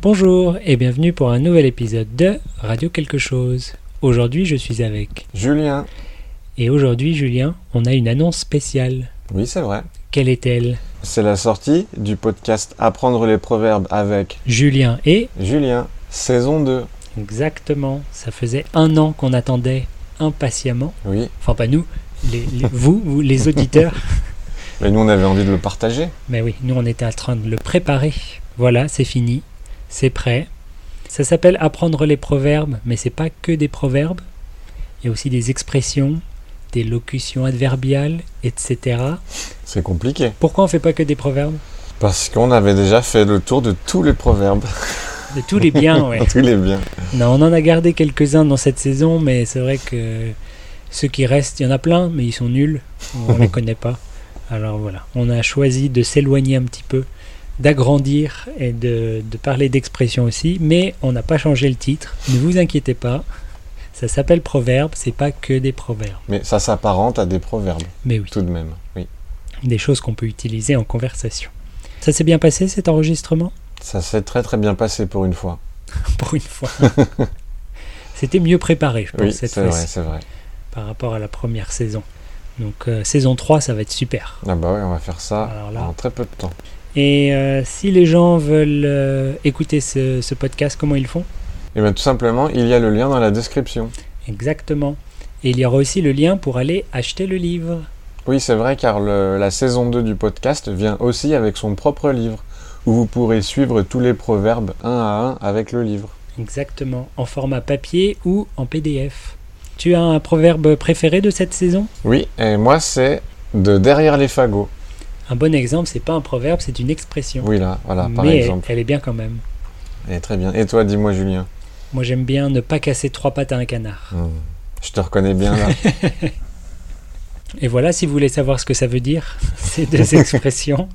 Bonjour et bienvenue pour un nouvel épisode de Radio Quelque chose. Aujourd'hui, je suis avec. Julien. Et aujourd'hui, Julien, on a une annonce spéciale. Oui, c'est vrai. Quelle est-elle C'est la sortie du podcast Apprendre les proverbes avec Julien et. Julien, saison 2. Exactement, ça faisait un an qu'on attendait impatiemment. Oui, Enfin, pas nous, les- les- vous, vous, les auditeurs. mais nous on avait envie de le partager. Mais oui, nous on était en train de le préparer. Voilà, c'est fini, c'est prêt. Ça s'appelle apprendre les proverbes, mais c'est pas que des proverbes. Il y a aussi des expressions, des locutions adverbiales, etc. C'est compliqué. Pourquoi on fait pas que des proverbes Parce qu'on avait déjà fait le tour de tous les proverbes. De tous les biens, ouais. tous les biens. Non, on en a gardé quelques-uns dans cette saison, mais c'est vrai que ceux qui restent, il y en a plein, mais ils sont nuls. On les connaît pas. Alors voilà, on a choisi de s'éloigner un petit peu, d'agrandir et de, de parler d'expression aussi, mais on n'a pas changé le titre. Ne vous inquiétez pas, ça s'appelle Proverbe, c'est pas que des proverbes, Mais ça s'apparente à des proverbes, mais oui, tout de même. Oui. des choses qu'on peut utiliser en conversation. Ça s'est bien passé cet enregistrement Ça s'est très très bien passé pour une fois. Pour une fois. C'était mieux préparé, je pense, Oui, c'est cette vrai, fois-ci. c'est vrai. par rapport à la première saison. Donc euh, saison 3, ça va être super. Ah bah oui, on va faire ça Alors là. en très peu de temps. Et euh, si les gens veulent euh, écouter ce, ce podcast, comment ils font Et bien tout simplement, il y a le lien dans la description. Exactement. Et il y aura aussi le lien pour aller acheter le livre. Oui, c'est vrai, car le- la saison 2 du podcast vient aussi avec son propre livre, où vous pourrez suivre tous les proverbes un à un avec le livre. Exactement. En format papier ou en PDF. Tu as un proverbe préféré de cette saison Oui, et moi, c'est de derrière les fagots. Un bon exemple, c'est pas un proverbe, c'est une expression. Oui, là, voilà, par Mais elle- exemple. elle est bien quand même. Et très bien. Et toi, dis-moi, Julien. Moi j'aime bien ne pas casser trois pattes à un canard. Hmm, Je te reconnais bien là. Et voilà, si vous voulez savoir ce que ça veut dire, ces deux expressions,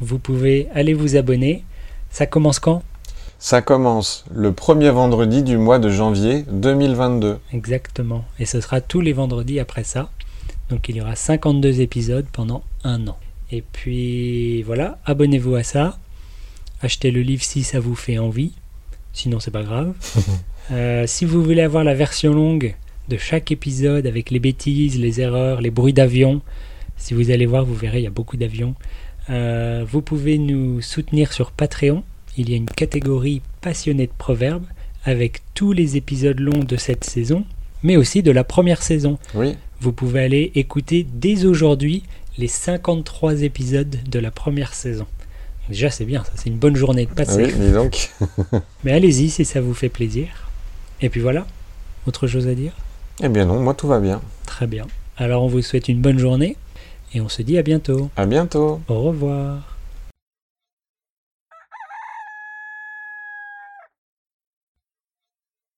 vous pouvez aller vous abonner. Ça commence quand ça commence le premier vendredi du mois de janvier 2022. Exactement. Et ce sera tous les vendredis après ça. Donc il y aura 52 épisodes pendant un an. Et puis voilà, abonnez-vous à ça. Achetez le livre si ça vous fait envie. Sinon, c'est pas grave. Euh, si vous voulez avoir la version longue de chaque épisode avec les bêtises, les erreurs, les bruits d'avion, si vous allez voir, vous verrez, il y a beaucoup d'avions. Euh, vous pouvez nous soutenir sur Patreon. Il y a une catégorie passionnée de proverbes avec tous les épisodes longs de cette saison, mais aussi de la première saison. Oui, Vous pouvez aller écouter dès aujourd'hui les 53 épisodes de la première saison. Déjà, c'est bien, ça, Ah, c'est une bonne journée de passer. oui, dis donc. Mais allez-y si ça vous fait plaisir. Et puis voilà, autre chose à dire Eh bien non, moi tout va bien. Très bien. Alors on vous souhaite une bonne journée et on se dit à bientôt. À bientôt. Au revoir.